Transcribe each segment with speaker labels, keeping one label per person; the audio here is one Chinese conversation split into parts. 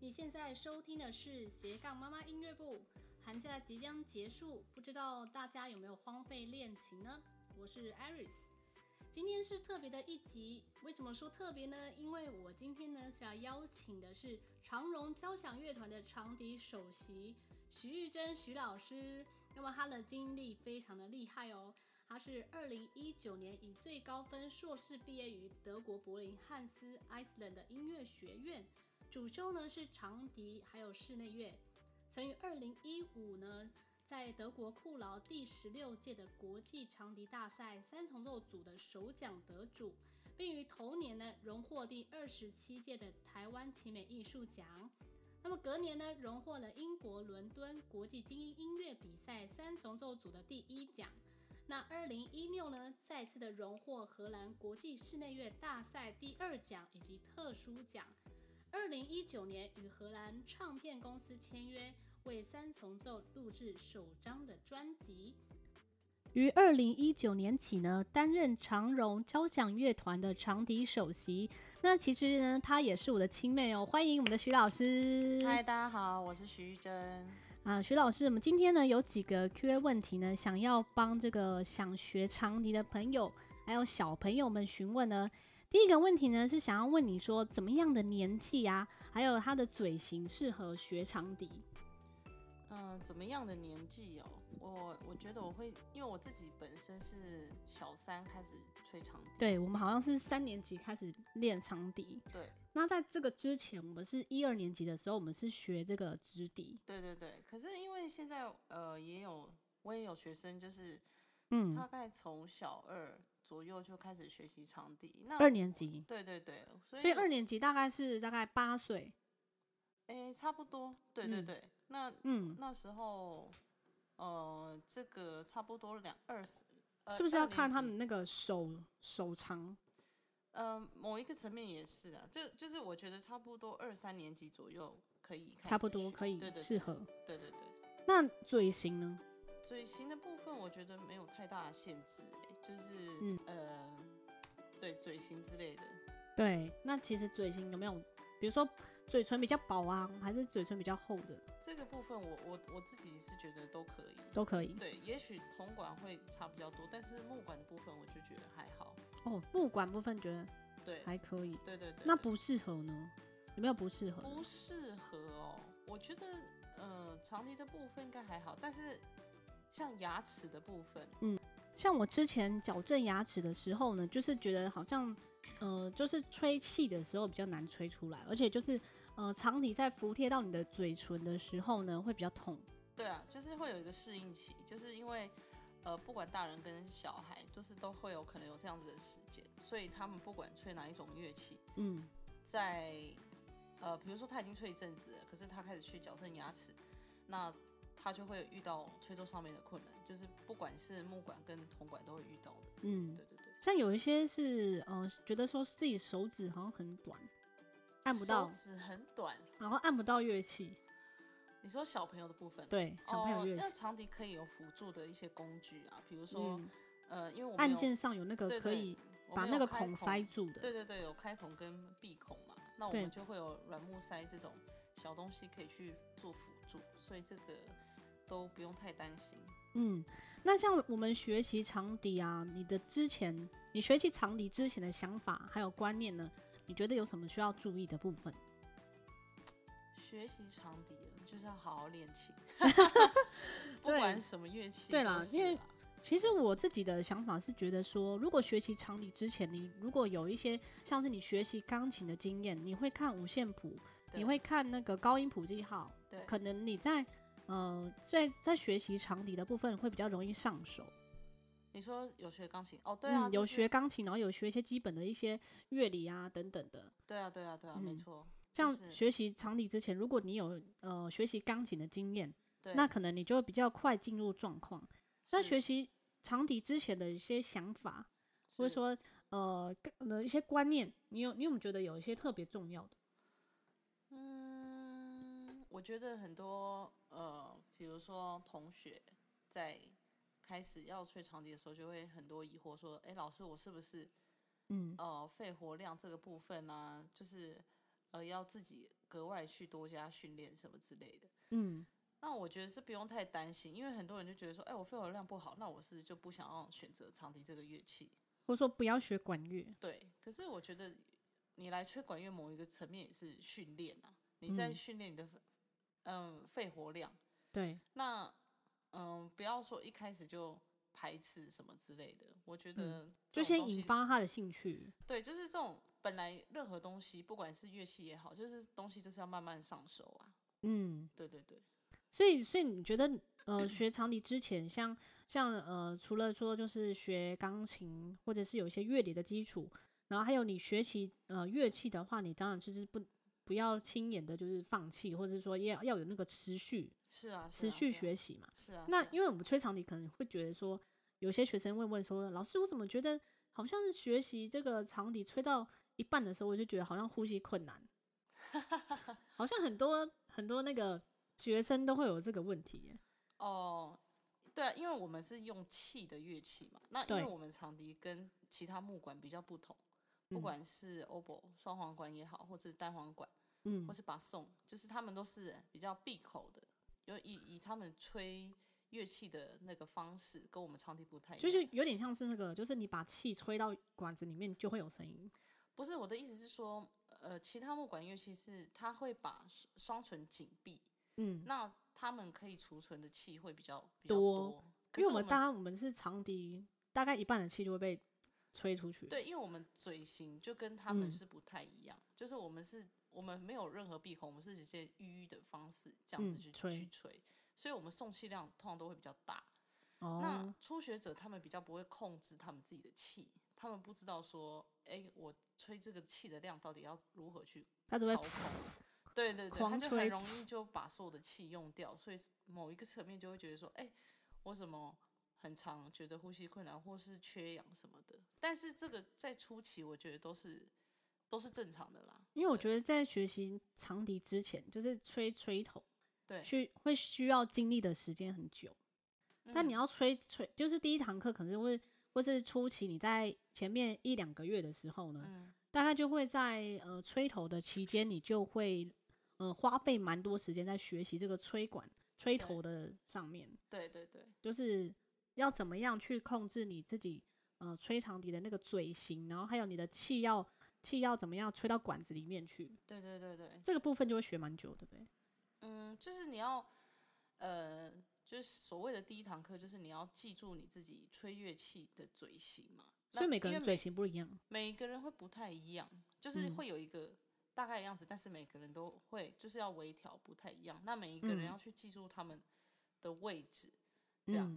Speaker 1: 你现在收听的是斜杠妈妈音乐部。寒假即将结束，不知道大家有没有荒废练琴呢？我是 Iris，今天是特别的一集。为什么说特别呢？因为我今天呢想邀请的是长荣交响乐团的长笛首席徐玉珍徐老师。那么他的经历非常的厉害哦，他是二零一九年以最高分硕士毕业于德国柏林汉斯 （Iceland） 的音乐学院。主修呢是长笛，还有室内乐。曾于二零一五呢，在德国库劳第十六届的国际长笛大赛三重奏组的首奖得主，并于同年呢荣获第二十七届的台湾奇美艺术奖。那么隔年呢，荣获了英国伦敦国际精英音乐比赛三重奏组的第一奖。那二零一六呢，再次的荣获荷兰国际室内乐大赛第二奖以及特殊奖。二零一九年与荷兰唱片公司签约，为三重奏录制首张的专辑。于二零一九年起呢，担任长荣交响乐团的长笛首席。那其实呢，她也是我的亲妹哦。欢迎我们的徐老师。
Speaker 2: 嗨，大家好，我是徐玉珍。
Speaker 1: 啊，徐老师，我们今天呢有几个 Q&A 问题呢，想要帮这个想学长笛的朋友，还有小朋友们询问呢。第一个问题呢是想要问你说，怎么样的年纪啊，还有他的嘴型适合学长笛？
Speaker 2: 嗯、怎么样的年纪哦？我我觉得我会，因为我自己本身是小三开始吹长笛，
Speaker 1: 对我们好像是三年级开始练长笛，
Speaker 2: 对
Speaker 1: 那在这个之前，我们是一二年级的时候，我们是学这个直笛，
Speaker 2: 对对对。可是因为现在呃也有我也有学生，就是
Speaker 1: 嗯，
Speaker 2: 大概从小二左右就开始学习长笛。那
Speaker 1: 二年级，
Speaker 2: 对对对，所以
Speaker 1: 所以二年级大概是大概八岁，
Speaker 2: 诶差不多，对对
Speaker 1: 嗯
Speaker 2: 对。那
Speaker 1: 嗯，
Speaker 2: 那时候呃这个差不多两二十，呃
Speaker 1: 是不是要
Speaker 2: 二年
Speaker 1: 看他
Speaker 2: 级
Speaker 1: 们那个手手长？
Speaker 2: 呃，某一个层面也是啊，就就是我觉得差不多二三年级左右可以开始
Speaker 1: 差不多
Speaker 2: 学
Speaker 1: 可以
Speaker 2: 对对
Speaker 1: 适合。
Speaker 2: 对对对，
Speaker 1: 那嘴型呢？
Speaker 2: 嘴型的部分我觉得没有太大的限制、欸，就是、
Speaker 1: 嗯
Speaker 2: 呃，对嘴型之类的，
Speaker 1: 对，那其实嘴型有没有，比如说嘴唇比较薄啊，还是嘴唇比较厚的
Speaker 2: 这个部分我我我自己是觉得都可以。
Speaker 1: 都可以。
Speaker 2: 对，也许铜管会差比较多，但是木管的部分我就觉得还好。
Speaker 1: 哦，木管部分觉得
Speaker 2: 对，
Speaker 1: 还可以，
Speaker 2: 对对对，
Speaker 1: 那
Speaker 2: 对
Speaker 1: 不适合呢？有没有不适合的？
Speaker 2: 不适合哦。我觉得，呃，长笛的部分应该还好，但是像牙齿的部分，
Speaker 1: 像我之前矫正牙齿的时候呢，就是觉得好像，呃，就是吹气的时候比较难吹出来，而且就是呃，长笛在服贴到你的嘴唇的时候呢，会比较痛。
Speaker 2: 对啊，就是会有一个适应期，就是因为呃，不管大人跟小孩，就是都会有可能有这样子的时间，所以他们不管吹哪一种乐器，
Speaker 1: 嗯，
Speaker 2: 在呃，比如说他已经吹一阵子了，可是他开始去矫正牙齿，那他就会遇到吹奏上面的困难，就是不管是木管跟铜管都会遇到的。
Speaker 1: 嗯
Speaker 2: 对，对对，
Speaker 1: 像有一些是呃，觉得说自己手指好像很短，按不到
Speaker 2: 手，指很短。
Speaker 1: 然后按不到乐器，
Speaker 2: 你说小朋友的部分，
Speaker 1: 对，小朋友乐
Speaker 2: 哦，那
Speaker 1: 器，
Speaker 2: 长笛可以有辅助的一些工具啊，比如说、
Speaker 1: 嗯，
Speaker 2: 呃，因为我们
Speaker 1: 按
Speaker 2: 有
Speaker 1: 键上有那
Speaker 2: 对
Speaker 1: 个可
Speaker 2: 对
Speaker 1: 以
Speaker 2: 我
Speaker 1: 把
Speaker 2: 们
Speaker 1: 那个
Speaker 2: 有开
Speaker 1: 孔塞住的，
Speaker 2: 对对对，有开孔跟闭孔嘛，那我
Speaker 1: 对
Speaker 2: 们就会有软木塞这种小东西可以去做辅助，所以这个都不用太担心。
Speaker 1: 嗯，那像我们学习长笛啊，你的之前，你学习长笛之前的想法还有观念呢？你觉得有什么需要注意的部分？，
Speaker 2: 学习长笛了就是要好好练琴不管什么乐器
Speaker 1: 对
Speaker 2: 都
Speaker 1: 啦
Speaker 2: 是
Speaker 1: 因为其实我自己的想法是觉得说，如果学习长笛之前，你如果有一些像是你学习钢琴的经验，你会看五线谱，
Speaker 2: 对
Speaker 1: 你会看那个高音谱记号，
Speaker 2: 对
Speaker 1: 可能你在呃在在学习长笛的部分会比较容易上手。
Speaker 2: 你说有学钢琴哦，对啊，
Speaker 1: 嗯，有
Speaker 2: 就是
Speaker 1: 学钢琴，然后有学一些基本的一些乐理啊等等的。
Speaker 2: 对啊对啊对啊，没
Speaker 1: 嗯
Speaker 2: 错，
Speaker 1: 像
Speaker 2: 就是
Speaker 1: 学习长笛之前，如果你有呃学习钢琴的经验，
Speaker 2: 对，
Speaker 1: 那可能你就会比较快进入状况。那
Speaker 2: 是
Speaker 1: 学习长笛之前的一些想法，或者
Speaker 2: 是
Speaker 1: 说呃跟呃一些观念，你有你有没有觉得有一些特别重要的？
Speaker 2: 嗯，我觉得很多呃，比如说同学在开始要吹长笛的时候，就会很多疑惑，说：“哎，老师，我是不是
Speaker 1: 嗯
Speaker 2: 呃肺活量这个部分呢、就是呃要自己格外去多加训练什么之类的。
Speaker 1: 嗯
Speaker 2: 那我觉得是不用太担心，因为很多人就觉得说，哎、我肺活量不好，那我是就不想要选择长笛这个乐器。
Speaker 1: 或者说不要学管乐，
Speaker 2: 对，可是我觉得你来吹管乐某一个层面也是训练啊，你在
Speaker 1: 嗯
Speaker 2: 训练你的嗯、肺活量。
Speaker 1: 对，
Speaker 2: 那嗯、不要说一开始就排斥什么之类的，我觉得
Speaker 1: 嗯就
Speaker 2: 这种
Speaker 1: 先
Speaker 2: 东
Speaker 1: 引
Speaker 2: 西
Speaker 1: 发他的兴趣。
Speaker 2: 对，就是这种本来任何东西，不管是乐器也好，就是东西就是要慢慢上手啊。
Speaker 1: 嗯，
Speaker 2: 对对对，
Speaker 1: 所以所以你觉得呃学长笛之前，像像呃除了说就是学钢琴或者是有一些乐理的基础，然后还有你学习呃乐器的话，你当然就是不不要轻言的就是放弃，或者是说要要有那个持续
Speaker 2: 是啊，
Speaker 1: 持
Speaker 2: 是啊
Speaker 1: 续
Speaker 2: 是啊
Speaker 1: 学习嘛。
Speaker 2: 是啊。
Speaker 1: 那
Speaker 2: 是啊
Speaker 1: 因为我们吹长笛可能会觉得说，有些学生会问说，老师，我怎么觉得好像是学习这个长笛吹到一半的时候，我就觉得好像呼吸困 难，好像很多很多那个学生都会有这个问题耶。
Speaker 2: 哦，对啊，因为我们是用气的乐器嘛，那因为
Speaker 1: 对
Speaker 2: 我们长笛跟其他木管比较不同，不
Speaker 1: 嗯
Speaker 2: 管是 oboe 双簧管也好，或者是单簧管，
Speaker 1: 嗯
Speaker 2: 或是把送，就是他们都是比较闭口的，因为以以他们吹乐器的那个方式跟我们长笛不太一样。
Speaker 1: 就是有点像是那个，就是你把气吹到管子里面就会有声音。
Speaker 2: 不是我的意思是说，呃，其他木管乐器是它会把双双唇紧闭，
Speaker 1: 嗯，
Speaker 2: 那他们可以储存的气会比较比较
Speaker 1: 多
Speaker 2: 多，可
Speaker 1: 因为
Speaker 2: 是
Speaker 1: 我
Speaker 2: 我
Speaker 1: 们大家我们是长笛，大概一半的气就会被吹出去。，
Speaker 2: 对，因为我们嘴型就跟他们
Speaker 1: 嗯
Speaker 2: 是不太一样，就是我们是，我们没有任何闭口，我们是直接吁吁的方式这样子
Speaker 1: 嗯
Speaker 2: 去、
Speaker 1: 吹
Speaker 2: 去吹，所以我们送气量通常都会比较大。那
Speaker 1: 哦，
Speaker 2: 初学者他们比较不会控制他们自己的气，他们不知道说，哎、我吹这个气的量到底要如何去
Speaker 1: 他只
Speaker 2: 操
Speaker 1: 会
Speaker 2: 控。对对对，他
Speaker 1: 狂
Speaker 2: 就
Speaker 1: 吹
Speaker 2: 很容易就把所有的气用掉，所以某一个层面就会觉得说，哎、我怎么很常觉得呼吸困难或是缺氧什么的？但是这个在初期我觉得都是都是正常的啦。
Speaker 1: 因为我觉得在学习长笛之前，就是吹吹头，
Speaker 2: 对
Speaker 1: 去会需要经历的时间很久。但你
Speaker 2: 要
Speaker 1: 要吹吹，就是第一堂课可能是会，或是初期你在前面一两个月的时候呢，
Speaker 2: 嗯
Speaker 1: 大概就会在呃吹头的期间，你就会呃花费蛮多时间在学习这个吹管、吹头的上面，
Speaker 2: 对对对，
Speaker 1: 就是要怎么样去控制你自己呃吹长笛的那个嘴型，然后还有你的气要气要怎么样吹到管子里面去。
Speaker 2: 对对对对，
Speaker 1: 这个部分就会学蛮久，对不对？
Speaker 2: 嗯，就是你要呃，就是所谓的第一堂课，就是你要记住你自己吹乐器的嘴型嘛。
Speaker 1: 所以
Speaker 2: 那
Speaker 1: 每个
Speaker 2: 因为
Speaker 1: 人嘴型不一样，
Speaker 2: 每个人会不太一样，就是
Speaker 1: 嗯
Speaker 2: 会有一个大概的样子，但是每个人都会就是要微调不太一样。那每一个人
Speaker 1: 嗯
Speaker 2: 要去记住他们的位置，这样、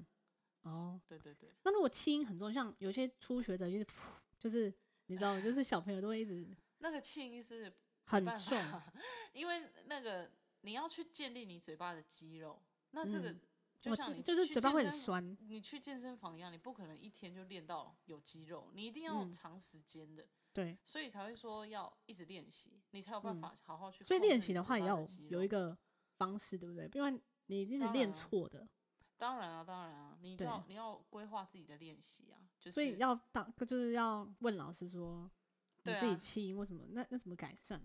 Speaker 1: 嗯、哦。
Speaker 2: 对对对，
Speaker 1: 那如果气音很重，像有些初学者就是噗就是你知道，就是小朋友都 会一直
Speaker 2: 那个气音是
Speaker 1: 很
Speaker 2: 办
Speaker 1: 重，
Speaker 2: 法，因为那个你要去建立你嘴巴的肌肉，那这个
Speaker 1: 嗯
Speaker 2: 就
Speaker 1: 我
Speaker 2: 像
Speaker 1: 记
Speaker 2: 你
Speaker 1: 就是
Speaker 2: 去
Speaker 1: 嘴巴
Speaker 2: 健
Speaker 1: 会很
Speaker 2: 身
Speaker 1: 酸。
Speaker 2: 你去健身房一样，你不可能一天就练到有肌肉，你一定要
Speaker 1: 嗯
Speaker 2: 长时间的，
Speaker 1: 对，
Speaker 2: 所以才会说要一直练习，你才有办
Speaker 1: 嗯
Speaker 2: 法好好去控制
Speaker 1: 所以
Speaker 2: 你嘴巴肌肉。
Speaker 1: 练习的话也要有一
Speaker 2: 个，
Speaker 1: 个方式，对不对？不然你一直
Speaker 2: 当
Speaker 1: 练
Speaker 2: 然啊
Speaker 1: 错的，
Speaker 2: 当然啊，当然啊，你一定
Speaker 1: 对
Speaker 2: 要你要规划自己的练习啊，就是
Speaker 1: 所以要当就是要问老师说你
Speaker 2: 对
Speaker 1: 自己
Speaker 2: 啊
Speaker 1: 气音为什么？那那怎么改善？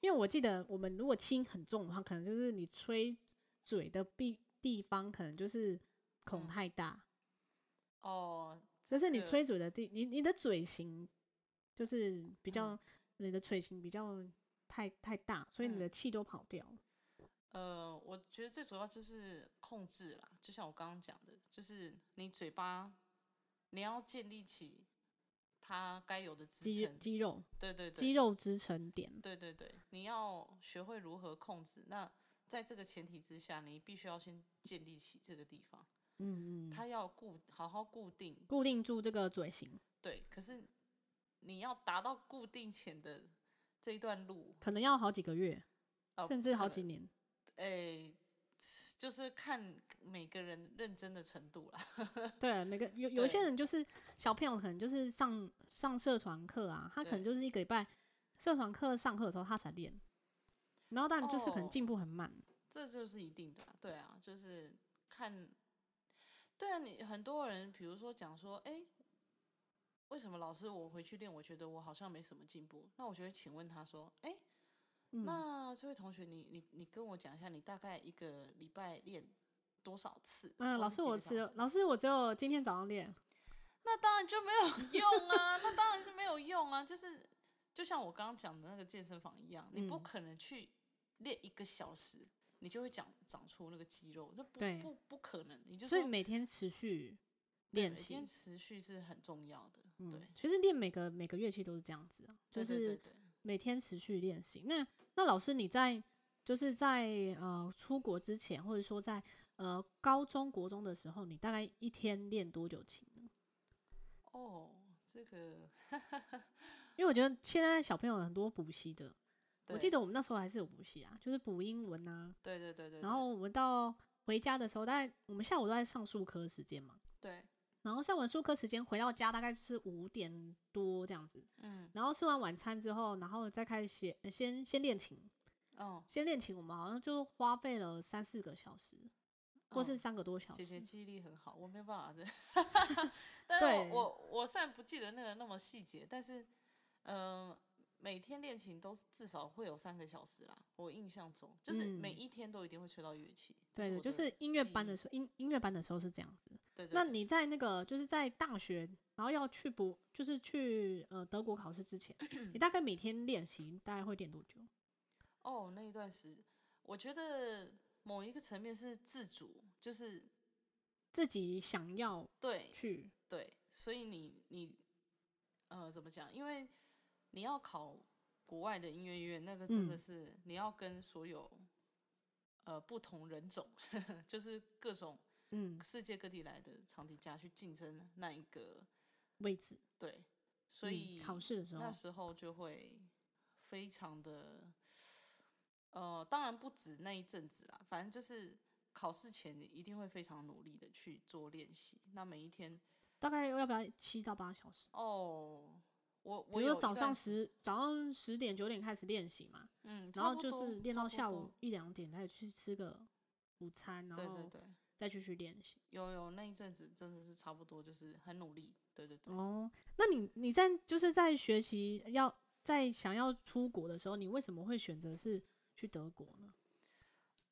Speaker 1: 因为我记得我们如果气音很重的话，可能就是你吹嘴的地地方可能就是孔
Speaker 2: 嗯
Speaker 1: 太大，
Speaker 2: 哦，
Speaker 1: 就是你
Speaker 2: 这个
Speaker 1: 吹嘴的地，你你的嘴型就是比较，
Speaker 2: 嗯
Speaker 1: 你的嘴型比较太太大，所以你
Speaker 2: 嗯
Speaker 1: 的气都跑掉。
Speaker 2: 呃，我觉得最主要就是控制啦，就像我刚刚讲的，就是你嘴巴你要建立起它该有的支
Speaker 1: 肌
Speaker 2: 撑，
Speaker 1: 肌肉
Speaker 2: 对对对
Speaker 1: 肌，肉支撑点，
Speaker 2: 对对对，你要学会如何控制。那在这个前提之下，你必须要先建立起这个地方，
Speaker 1: 嗯嗯，
Speaker 2: 它要固好好固定。
Speaker 1: 固定住这个嘴型，
Speaker 2: 对，可是你要达到固定前的这一段路，
Speaker 1: 可能要好几个月，
Speaker 2: 呃、
Speaker 1: 甚至
Speaker 2: 可
Speaker 1: 好
Speaker 2: 能
Speaker 1: 几年。
Speaker 2: 诶、哎就是看每个人认真的程度啦。
Speaker 1: 对，每个有有一些
Speaker 2: 对
Speaker 1: 人就是小朋友，可能就是上上社团课啊，他可能
Speaker 2: 对
Speaker 1: 就是一个礼拜社团课上课的时候他才练，然后但就是可能
Speaker 2: 哦
Speaker 1: 进步很慢。
Speaker 2: 这就是一定的啊、对啊，就是看，对啊，你很多人比如说讲说，哎、为什么老师我回去练，我觉得我好像没什么进步？那我就会请问他说，哎、
Speaker 1: 嗯
Speaker 2: 那这位同学，你你你跟我讲一下，你大概一个礼拜练多少次？
Speaker 1: 嗯，
Speaker 2: 或
Speaker 1: 老
Speaker 2: 哦是
Speaker 1: 师
Speaker 2: 几
Speaker 1: 我
Speaker 2: 个小
Speaker 1: 只有
Speaker 2: 时啊
Speaker 1: 老师我只有今天早上练，
Speaker 2: 那当然就 没有用啊，那当然是没有用啊，就是就像我刚刚讲的那个健身房一样，你不
Speaker 1: 嗯
Speaker 2: 可能去练一个小时，你就会长长出那个肌肉，这不
Speaker 1: 对
Speaker 2: 不不可能，你就
Speaker 1: 所以
Speaker 2: 说
Speaker 1: 每天持续
Speaker 2: 对
Speaker 1: 练
Speaker 2: 每
Speaker 1: 习
Speaker 2: 天。持续是很重要的，
Speaker 1: 嗯
Speaker 2: 对，
Speaker 1: 其实练每个每个乐器都是这样子啊，就
Speaker 2: 对对对
Speaker 1: 是
Speaker 2: 对。
Speaker 1: 每天持续练习。那那老师你在就是在呃出国之前，或者说在呃高中国中的时候，你大概一天练多久琴呢？
Speaker 2: 哦，这个
Speaker 1: 因为我觉得现在小朋友很多补习的，我记
Speaker 2: 对
Speaker 1: 得我们那时候还是有补习啊，就是补英文啊，
Speaker 2: 对对对对，
Speaker 1: 然后我们到回家的时候，大概我们下午都在上数科时间嘛，
Speaker 2: 对对，
Speaker 1: 然后上完数科时间回到家大概是五点多这样子，
Speaker 2: 嗯，
Speaker 1: 然后吃完晚餐之后，然后再开始写，呃先先练琴，
Speaker 2: 哦，
Speaker 1: 先练琴，我们好像就花费了三四个小时，或是
Speaker 2: 嗯
Speaker 1: 三个多小
Speaker 2: 姐姐
Speaker 1: 时。
Speaker 2: 记忆力很好，我没有办法的。 但是
Speaker 1: 对
Speaker 2: 我我我虽然不记得那个那么细节，但是嗯、呃每天练琴都是至少会有三个小时啦。我印象中就是每
Speaker 1: 嗯
Speaker 2: 一天都一定会吹到乐器。这
Speaker 1: 对对，
Speaker 2: 我
Speaker 1: 就
Speaker 2: 的
Speaker 1: 是音乐
Speaker 2: 记
Speaker 1: 班的
Speaker 2: 忆
Speaker 1: 时候，音音乐班的时候是这样子。
Speaker 2: 对对
Speaker 1: 那
Speaker 2: 对
Speaker 1: 你在那个就是在大学，然后要去补，就是去呃德国考试之 前，你大概每天练习大概会练多久？
Speaker 2: 哦那一段时，我觉得某一个层面是自主，就是
Speaker 1: 自己想要
Speaker 2: 对
Speaker 1: 去，
Speaker 2: 对，所以你你呃怎么讲？因为你要考国外的音乐院，那个真的
Speaker 1: 嗯
Speaker 2: 是、你要跟所有呃不同人种， 就是各种
Speaker 1: 嗯，
Speaker 2: 世界各地来的长笛家去竞争那一个
Speaker 1: 位置，
Speaker 2: 对，所
Speaker 1: 嗯
Speaker 2: 以、
Speaker 1: 考试的时
Speaker 2: 那
Speaker 1: 候，
Speaker 2: 时候就会非常的，呃，当然不止那一阵子啦，反正就是考试前你一定会非常努力的去做练习，那每一天。
Speaker 1: 大概要不要七到八小时？
Speaker 2: 哦，我
Speaker 1: 比
Speaker 2: 我
Speaker 1: 如
Speaker 2: 有
Speaker 1: 说
Speaker 2: 一
Speaker 1: 早
Speaker 2: 段
Speaker 1: 上
Speaker 2: 时，
Speaker 1: 十早上十点九点开始练习嘛，
Speaker 2: 嗯，
Speaker 1: 然
Speaker 2: 差
Speaker 1: 后
Speaker 2: 不
Speaker 1: 就
Speaker 2: 多
Speaker 1: 是练到
Speaker 2: 差不
Speaker 1: 下
Speaker 2: 多
Speaker 1: 午一两点再去吃个午餐，然
Speaker 2: 对对
Speaker 1: 后
Speaker 2: 对，
Speaker 1: 再继续练习。
Speaker 2: 有有那一阵子真的是差不多，就是很努力，对对对。
Speaker 1: 哦，那你你在就是在学习要在想要出国的时候，你为什么会选择是去德国呢？嗯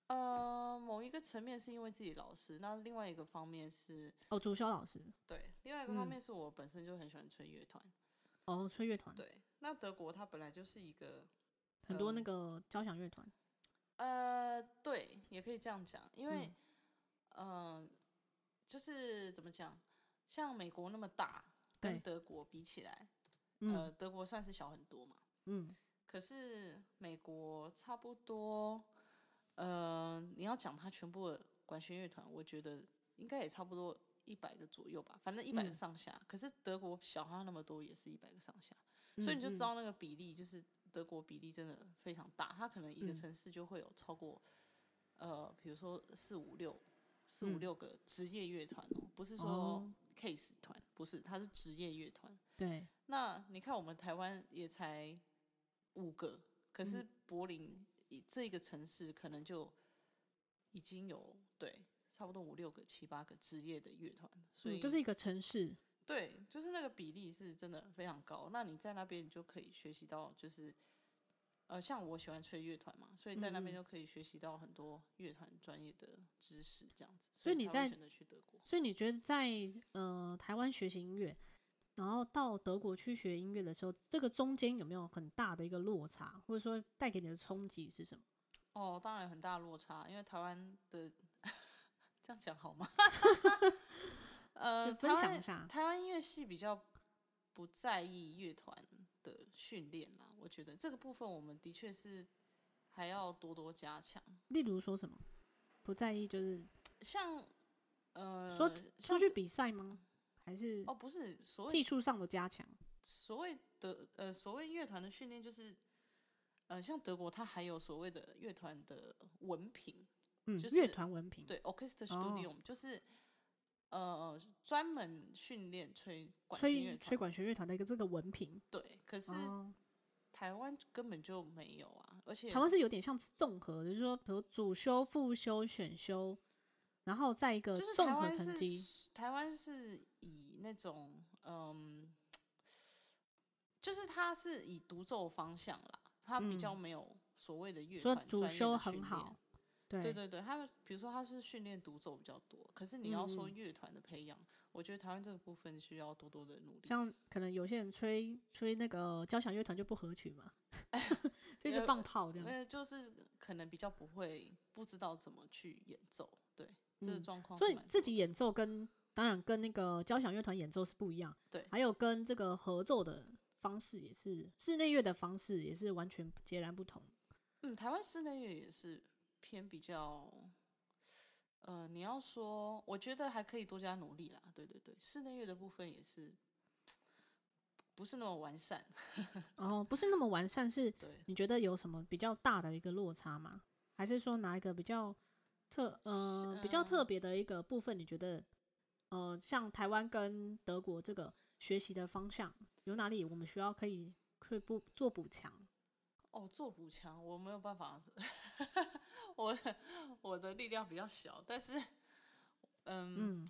Speaker 2: 呃，某一个层面是因为自己老师，那另外一个方面是
Speaker 1: 哦，主修老师，
Speaker 2: 对，另外一个方
Speaker 1: 嗯
Speaker 2: 面是我本身就很喜欢吹乐团，
Speaker 1: 哦，吹乐团，
Speaker 2: 对。那德国它本来就是一个
Speaker 1: 很多那
Speaker 2: 嗯
Speaker 1: 个交响乐团，
Speaker 2: 呃，对，也可以这样讲，因为
Speaker 1: 嗯，
Speaker 2: 嗯，就是怎么讲，像美国那么大，
Speaker 1: 对
Speaker 2: 跟德国比起来，呃，
Speaker 1: 嗯
Speaker 2: 德国算是小很多嘛。
Speaker 1: 嗯
Speaker 2: 可是美国差不多，呃，你要讲它全部的管弦乐团，我觉得应该也差不多一百个左右吧，反正一百个
Speaker 1: 嗯
Speaker 2: 上下。可是德国小它那么多，也是一百个上下，
Speaker 1: 嗯
Speaker 2: 所以你就知道那个比例，就是德国比例真的非常大，它可能一个
Speaker 1: 嗯
Speaker 2: 城市就会有超过，呃，比如说四五六。四五
Speaker 1: 嗯
Speaker 2: 六个职业乐团哦，不是说
Speaker 1: 哦
Speaker 2: case 团，不是，它是职业乐团。
Speaker 1: 对，
Speaker 2: 那你看，我们台湾也才五个，可
Speaker 1: 嗯
Speaker 2: 是柏林一这一个城市可能就已经有对差不多五六个、七八个职业的乐团，所以、
Speaker 1: 嗯，就是一个城市，
Speaker 2: 对，就是那个比例是真的非常高。那你在那边，你就可以学习到，就是呃，像我喜欢吹乐团嘛，所以在那边
Speaker 1: 嗯嗯
Speaker 2: 就可以学习到很多乐团专业的知识，这样子。
Speaker 1: 所以你
Speaker 2: 才
Speaker 1: 在
Speaker 2: 会选择去德国，
Speaker 1: 所以你觉得在呃台湾学习音乐，然后到德国去学音乐的时候，这个中间有没有很大的一个落差，或者说带给你的冲击是什么？
Speaker 2: 哦，当然有很大的落差，因为台湾的 这样讲好吗？ 呃，
Speaker 1: 就分
Speaker 2: 台湾
Speaker 1: 享一下
Speaker 2: 台湾音乐系比较不在意乐团的训练啦，我觉得这个部分我们的确是还要多多加强。
Speaker 1: 例如说什么不在意，就是
Speaker 2: 像呃，
Speaker 1: 说出
Speaker 2: 像
Speaker 1: 去比赛吗？还是
Speaker 2: 哦，不是所谓
Speaker 1: 技术上的加强？
Speaker 2: 所谓的呃所谓乐团的训练，就是呃像德国它还有所谓的乐团的文凭，
Speaker 1: 嗯，
Speaker 2: 就
Speaker 1: 乐
Speaker 2: 是
Speaker 1: 团文凭，
Speaker 2: 对，Orchestra
Speaker 1: 哦
Speaker 2: Studium、就是呃专门训练吹管弦乐
Speaker 1: 吹吹
Speaker 2: 团。
Speaker 1: 管弦乐团的一个这个文凭。
Speaker 2: 对，可是
Speaker 1: 哦，
Speaker 2: 台湾根本就没有啊，而且
Speaker 1: 台湾是有点像综合的，就是说，比如主修、副修、选修，然后再一个
Speaker 2: 就是
Speaker 1: 综
Speaker 2: 台
Speaker 1: 合
Speaker 2: 湾
Speaker 1: 成
Speaker 2: 是
Speaker 1: 绩。
Speaker 2: 台湾是以那种嗯，就是它是以独奏方向啦，它比较没有所谓的乐
Speaker 1: 嗯说
Speaker 2: 团
Speaker 1: 主
Speaker 2: 专业
Speaker 1: 修
Speaker 2: 的
Speaker 1: 很
Speaker 2: 训练
Speaker 1: 好，对
Speaker 2: 对对对，他们比如说他是训练独奏比较多，可是你要说
Speaker 1: 嗯
Speaker 2: 乐团的培养，我觉得台湾这个部分需要多多的努力。
Speaker 1: 像可能有些人吹吹那个交响乐团就不合群 嘛，就一直
Speaker 2: 呃
Speaker 1: 放炮这
Speaker 2: 因
Speaker 1: 样。
Speaker 2: 为就是可能比较不会不知道怎么去演奏，对、这个
Speaker 1: 嗯
Speaker 2: 状况是
Speaker 1: 所以
Speaker 2: 蛮
Speaker 1: 自
Speaker 2: 多
Speaker 1: 己演奏跟当然跟那个交响乐团演奏是不一样，
Speaker 2: 对
Speaker 1: 还有跟这个合奏的方式也是室内乐的方式也是完全截然不同。
Speaker 2: 嗯，台湾室内乐也是偏比较，呃，你要说，我觉得还可以多加努力啦。对对对，室内乐的部分也是不是那么完善。
Speaker 1: 然后哦不是那么完善，是
Speaker 2: 对，
Speaker 1: 你觉得有什么比较大的一个落差吗？还是说哪一个比较特呃
Speaker 2: 是
Speaker 1: 比较特
Speaker 2: 呃
Speaker 1: 别的一个部分？你觉得呃，像台湾跟德国这个学习的方向有哪里我们需要可以去补做补强？
Speaker 2: 哦，做补强我没有办法， 我的我的力量比较小，但是，嗯，
Speaker 1: 嗯，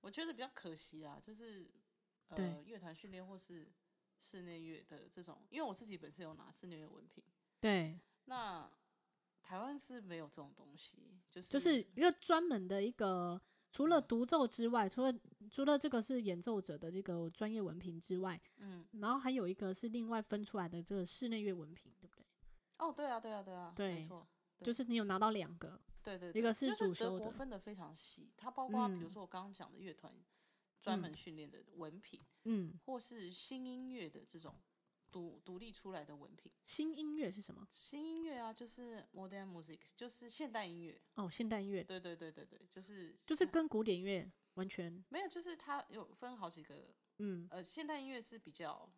Speaker 2: 我觉得比较可惜啦，就是
Speaker 1: 对
Speaker 2: 呃，乐团训练或是室内乐的这种，因为我自己本身有拿室内乐文凭，
Speaker 1: 对，
Speaker 2: 那台湾是没有这种东西，就是
Speaker 1: 就是一个专门的一个。除了独奏之外，除了除了这个是演奏者的这个专业文凭之外，
Speaker 2: 嗯，
Speaker 1: 然后还有一个是另外分出来的这个室内乐文凭，对不对？
Speaker 2: 哦，对啊，对啊，对啊，
Speaker 1: 对
Speaker 2: 没错，对
Speaker 1: 就是你有拿到两个，
Speaker 2: 对对
Speaker 1: 一个是
Speaker 2: 对就
Speaker 1: 主
Speaker 2: 是德
Speaker 1: 修
Speaker 2: 国
Speaker 1: 的
Speaker 2: 分的非常细，它包括比如
Speaker 1: 嗯
Speaker 2: 说我刚刚讲的乐团专
Speaker 1: 嗯
Speaker 2: 门训练的文凭，
Speaker 1: 嗯，
Speaker 2: 或是新音乐的这种独独立出来的文凭。
Speaker 1: 新音乐是什么？
Speaker 2: 新音乐啊，就是 modern music，就是现代音乐。
Speaker 1: 哦，现代音乐，
Speaker 2: 对对对对对，就是
Speaker 1: 就是跟古典乐完全，
Speaker 2: 没有，就是它有分好几个
Speaker 1: 嗯
Speaker 2: 呃，现代音乐是比较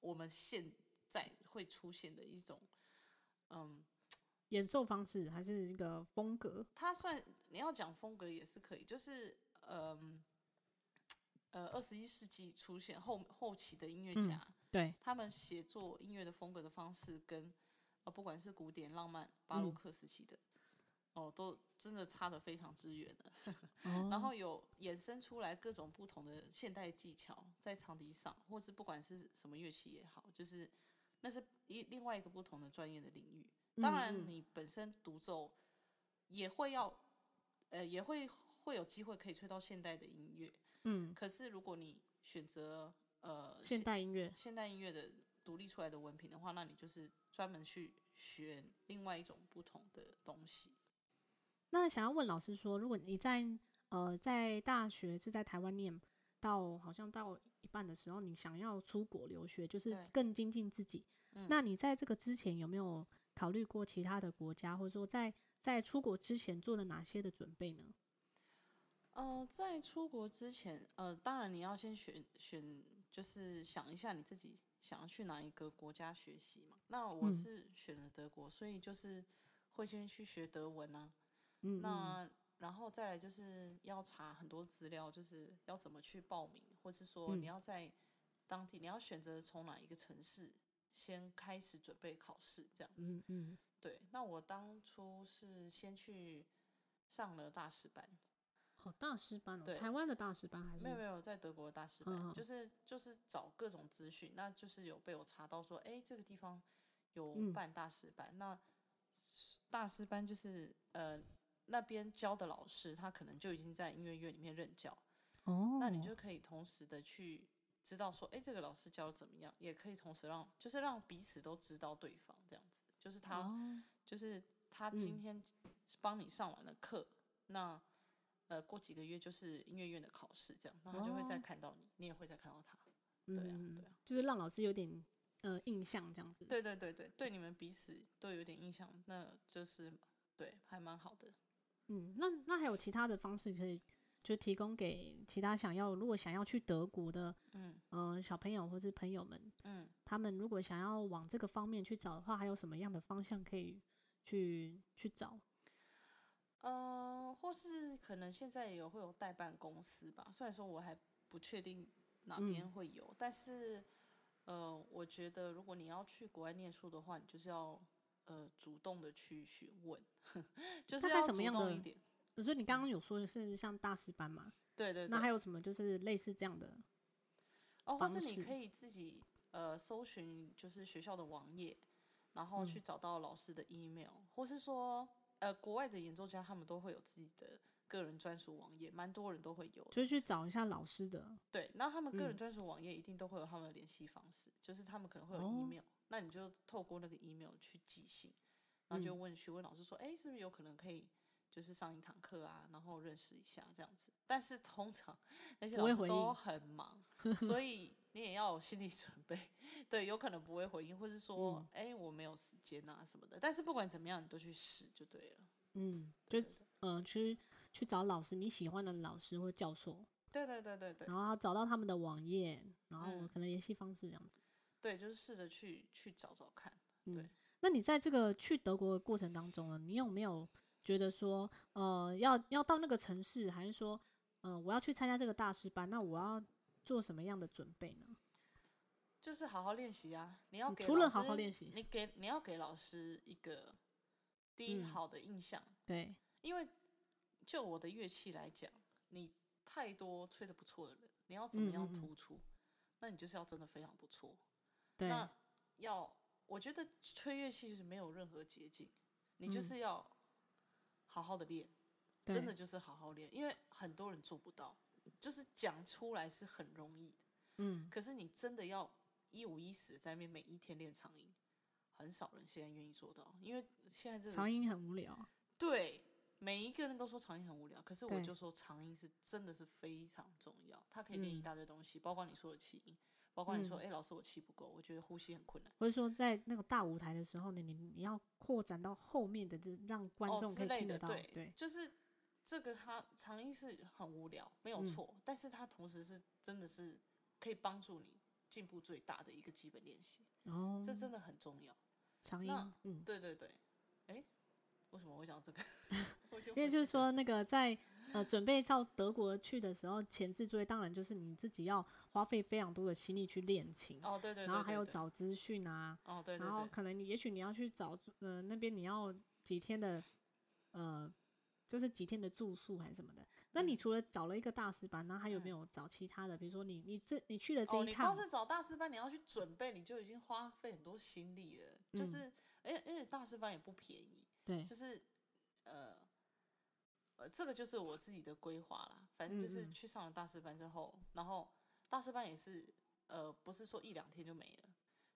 Speaker 2: 我们现在会出现的一种，嗯，
Speaker 1: 演奏方式还是一个风格，
Speaker 2: 它算你要讲风格也是可以，就是嗯，呃，二十一世纪出现后后期的音乐
Speaker 1: 嗯
Speaker 2: 家，
Speaker 1: 对，
Speaker 2: 他们写作音乐的风格的方式跟呃，不管是古典、浪漫、巴洛
Speaker 1: 嗯
Speaker 2: 克时期的，哦，都真的差得非常之远了。
Speaker 1: 哦
Speaker 2: 然后有衍生出来各种不同的现代技巧，在长笛上，或是不管是什么乐器也好，就是那是一另外一个不同的专业的领域。
Speaker 1: 嗯
Speaker 2: 当然，
Speaker 1: 嗯
Speaker 2: 你本身独奏也会要，呃，也会会有机会可以吹到现代的音乐。
Speaker 1: 嗯，
Speaker 2: 可是如果你选择呃
Speaker 1: 现代音乐，
Speaker 2: 现代音乐的独立出来的文凭的话，那你就是专门去学另外一种不同的东西。
Speaker 1: 那想要问老师说，如果你在呃在大学是在台湾念到好像到一半的时候，你想要出国留学，就是
Speaker 2: 对
Speaker 1: 更精进自己，
Speaker 2: 嗯
Speaker 1: 那你在这个之前有没有考虑过其他的国家，或者说在在出国之前做了哪些的准备呢？
Speaker 2: 呃，在出国之前，呃，当然你要先选选，就是想一下你自己想要去哪一个国家学习嘛。那我
Speaker 1: 嗯
Speaker 2: 是选了德国，所以就是会先去学德文啊。
Speaker 1: 嗯，嗯嗯
Speaker 2: 那然后再来就是要查很多资料，就是要怎么去报名，或是说
Speaker 1: 嗯
Speaker 2: 你要在当地，你要选择从哪一个城市先开始准备考试这样子。
Speaker 1: 嗯嗯，
Speaker 2: 对，那我当初是先去上了大师班，
Speaker 1: 哦，大师班哦，
Speaker 2: 对
Speaker 1: 台湾的大师班还是
Speaker 2: 没有没有，在德国的大师班，
Speaker 1: 嗯嗯
Speaker 2: 就是就是找各种资讯，那就是有被我查到说，哎，这个地方有
Speaker 1: 嗯
Speaker 2: 办大师班，那大师班就是呃那边教的老师，他可能就已经在音乐院里面任教，
Speaker 1: 哦，
Speaker 2: 那你就可以同时的去知道说，哎，这个老师教的怎么样，也可以同时让就是让彼此都知道对方这样子，就是他、
Speaker 1: 哦
Speaker 2: 就是他
Speaker 1: 嗯
Speaker 2: 今天帮你上完了课，那呃过几个月就是音乐院的考试，这样，那他就会再
Speaker 1: 哦
Speaker 2: 看到你，你也会再看到他。
Speaker 1: 对
Speaker 2: 对啊
Speaker 1: 嗯、
Speaker 2: 对啊
Speaker 1: 就是让老师有点呃印象这样子。，
Speaker 2: 对对对对，对你们彼此都有点印象，那就是对，还蛮好的。
Speaker 1: 嗯，那那还有其他的方式可以就提供给其他想要如果想要去德国的
Speaker 2: 嗯
Speaker 1: 呃小朋友或是朋友们，
Speaker 2: 嗯，
Speaker 1: 他们如果想要往这个方面去找的话，还有什么样的方向可以去去找？
Speaker 2: 呃，或是可能现在也有会有代办公司吧，虽然说我还不确定哪边
Speaker 1: 嗯
Speaker 2: 会有，但是呃，我觉得如果你要去国外念书的话，你就是要呃主动的去询问， 就是
Speaker 1: 大概
Speaker 2: 要
Speaker 1: 什么
Speaker 2: 主
Speaker 1: 样
Speaker 2: 动
Speaker 1: 的
Speaker 2: 一点。
Speaker 1: 呃所以你刚刚有说的是像大师班嘛，
Speaker 2: 对对对，
Speaker 1: 那还有什么就是类似这样的？
Speaker 2: 哦，或
Speaker 1: 方
Speaker 2: 是你
Speaker 1: 式
Speaker 2: 可以自己呃搜寻就是学校的网页，然后
Speaker 1: 嗯
Speaker 2: 去找到老师的 email，、或是说呃国外的演奏家他们都会有自己的个人专属网页，蛮多人都会有的。
Speaker 1: 就去找一下老师的，
Speaker 2: 对，然后他们个人
Speaker 1: 嗯
Speaker 2: 专属网页一定都会有他们的联系方式，就是他们可能会有
Speaker 1: 哦
Speaker 2: email，、那你就透过那个 email 去寄信，然
Speaker 1: 嗯
Speaker 2: 后就问询问老师说，哎、是不是有可能可以就是上一堂课啊，然后认识一下这样子。但是通常那些
Speaker 1: 不
Speaker 2: 老
Speaker 1: 会
Speaker 2: 师
Speaker 1: 回
Speaker 2: 都
Speaker 1: 应
Speaker 2: 很 忙，所以你也要有心理准备， 对，有可能不会回应，或是说，
Speaker 1: 嗯
Speaker 2: 哎、我没有时间啊什么的。但是不管怎么样，你都去试就对了。
Speaker 1: 嗯，就
Speaker 2: 对对
Speaker 1: 呃去去找老师你喜欢的老师或教授，
Speaker 2: 对对对对对
Speaker 1: 然后找到他们的网页，然后
Speaker 2: 嗯
Speaker 1: 可能联系方式这样子。
Speaker 2: 对，就是试着去去找找看。
Speaker 1: 那你在这个去德国的过程当中呢，你有没有觉得说，呃，要要到那个城市，还是说，呃，我要去参加这个大师班，那我要做什么样的准备呢？
Speaker 2: 就是好好练习啊！你要
Speaker 1: 嗯
Speaker 2: 给
Speaker 1: 除了
Speaker 2: 老
Speaker 1: 好好
Speaker 2: 师
Speaker 1: 练习
Speaker 2: 你给你要给老师一个第一
Speaker 1: 嗯
Speaker 2: 好的印象，
Speaker 1: 对，
Speaker 2: 因为就我的乐器来讲，你太多吹的不错的人，你要怎
Speaker 1: 嗯
Speaker 2: 么样
Speaker 1: 嗯嗯
Speaker 2: 突出？那你就是要真的非常不错。
Speaker 1: 对，
Speaker 2: 那要我觉得吹乐器是没有任何捷径，你就
Speaker 1: 嗯
Speaker 2: 是要好好的练，
Speaker 1: 对
Speaker 2: 真的就是好好练，因为很多人做不到，就是讲出来是很容易的。
Speaker 1: 嗯，
Speaker 2: 可是你真的要一五一十在那边每一天练长音，很少人现在愿意做到，因为现在这个
Speaker 1: 长音很无聊，
Speaker 2: 对每一个人都说长音很无聊，可是我
Speaker 1: 对
Speaker 2: 就说长音是真的是非常重要，它可以练一
Speaker 1: 嗯
Speaker 2: 大堆东西，包括你说的气音，包括你说
Speaker 1: 嗯
Speaker 2: 哎、诶老师我气不够，我觉得呼吸很困难。
Speaker 1: 或者说在那个大舞台的时候呢，你你要扩展到后面的，这让观
Speaker 2: 哦
Speaker 1: 众可
Speaker 2: 之
Speaker 1: 以
Speaker 2: 类
Speaker 1: 听
Speaker 2: 的，
Speaker 1: 得到，
Speaker 2: 对，
Speaker 1: 对，
Speaker 2: 就是这个它长音是很无聊，没有
Speaker 1: 嗯
Speaker 2: 错，但是它同时是真的是可以帮助你进步最大的一个基本练习，
Speaker 1: 哦，
Speaker 2: 这真的很重要。
Speaker 1: 长音
Speaker 2: 那，
Speaker 1: 嗯，
Speaker 2: 对对对，哎，为什么我会讲这个？我就
Speaker 1: 因为
Speaker 2: 会
Speaker 1: 就是
Speaker 2: 这样，
Speaker 1: 说，那个在呃准备到德国去的时候，前置作业当然就是你自己要花费非常多的心力去练琴，
Speaker 2: 哦对对对，
Speaker 1: 然后还
Speaker 2: 对
Speaker 1: 有
Speaker 2: 对，
Speaker 1: 找资讯啊，
Speaker 2: 哦对对
Speaker 1: 然后
Speaker 2: 对，
Speaker 1: 可能你也许你要去找呃那边你要几天的呃就是几天的住宿还是什么的。那你
Speaker 2: 嗯
Speaker 1: 除了找了一个大师班，那还有没
Speaker 2: 嗯
Speaker 1: 有找其他的？比如说你你这你去了这
Speaker 2: 哦
Speaker 1: 一
Speaker 2: 你
Speaker 1: 趟
Speaker 2: 光，是找大师班，你要去准备，你就已经花费很多心力了，就
Speaker 1: 嗯
Speaker 2: 是，而且而且大师班也不便宜，
Speaker 1: 对，
Speaker 2: 就是呃呃，这个就是我自己的规划啦。反正就是
Speaker 1: 嗯嗯
Speaker 2: 去上了大师班之后，然后大师班也是呃，不是说一两天就没了。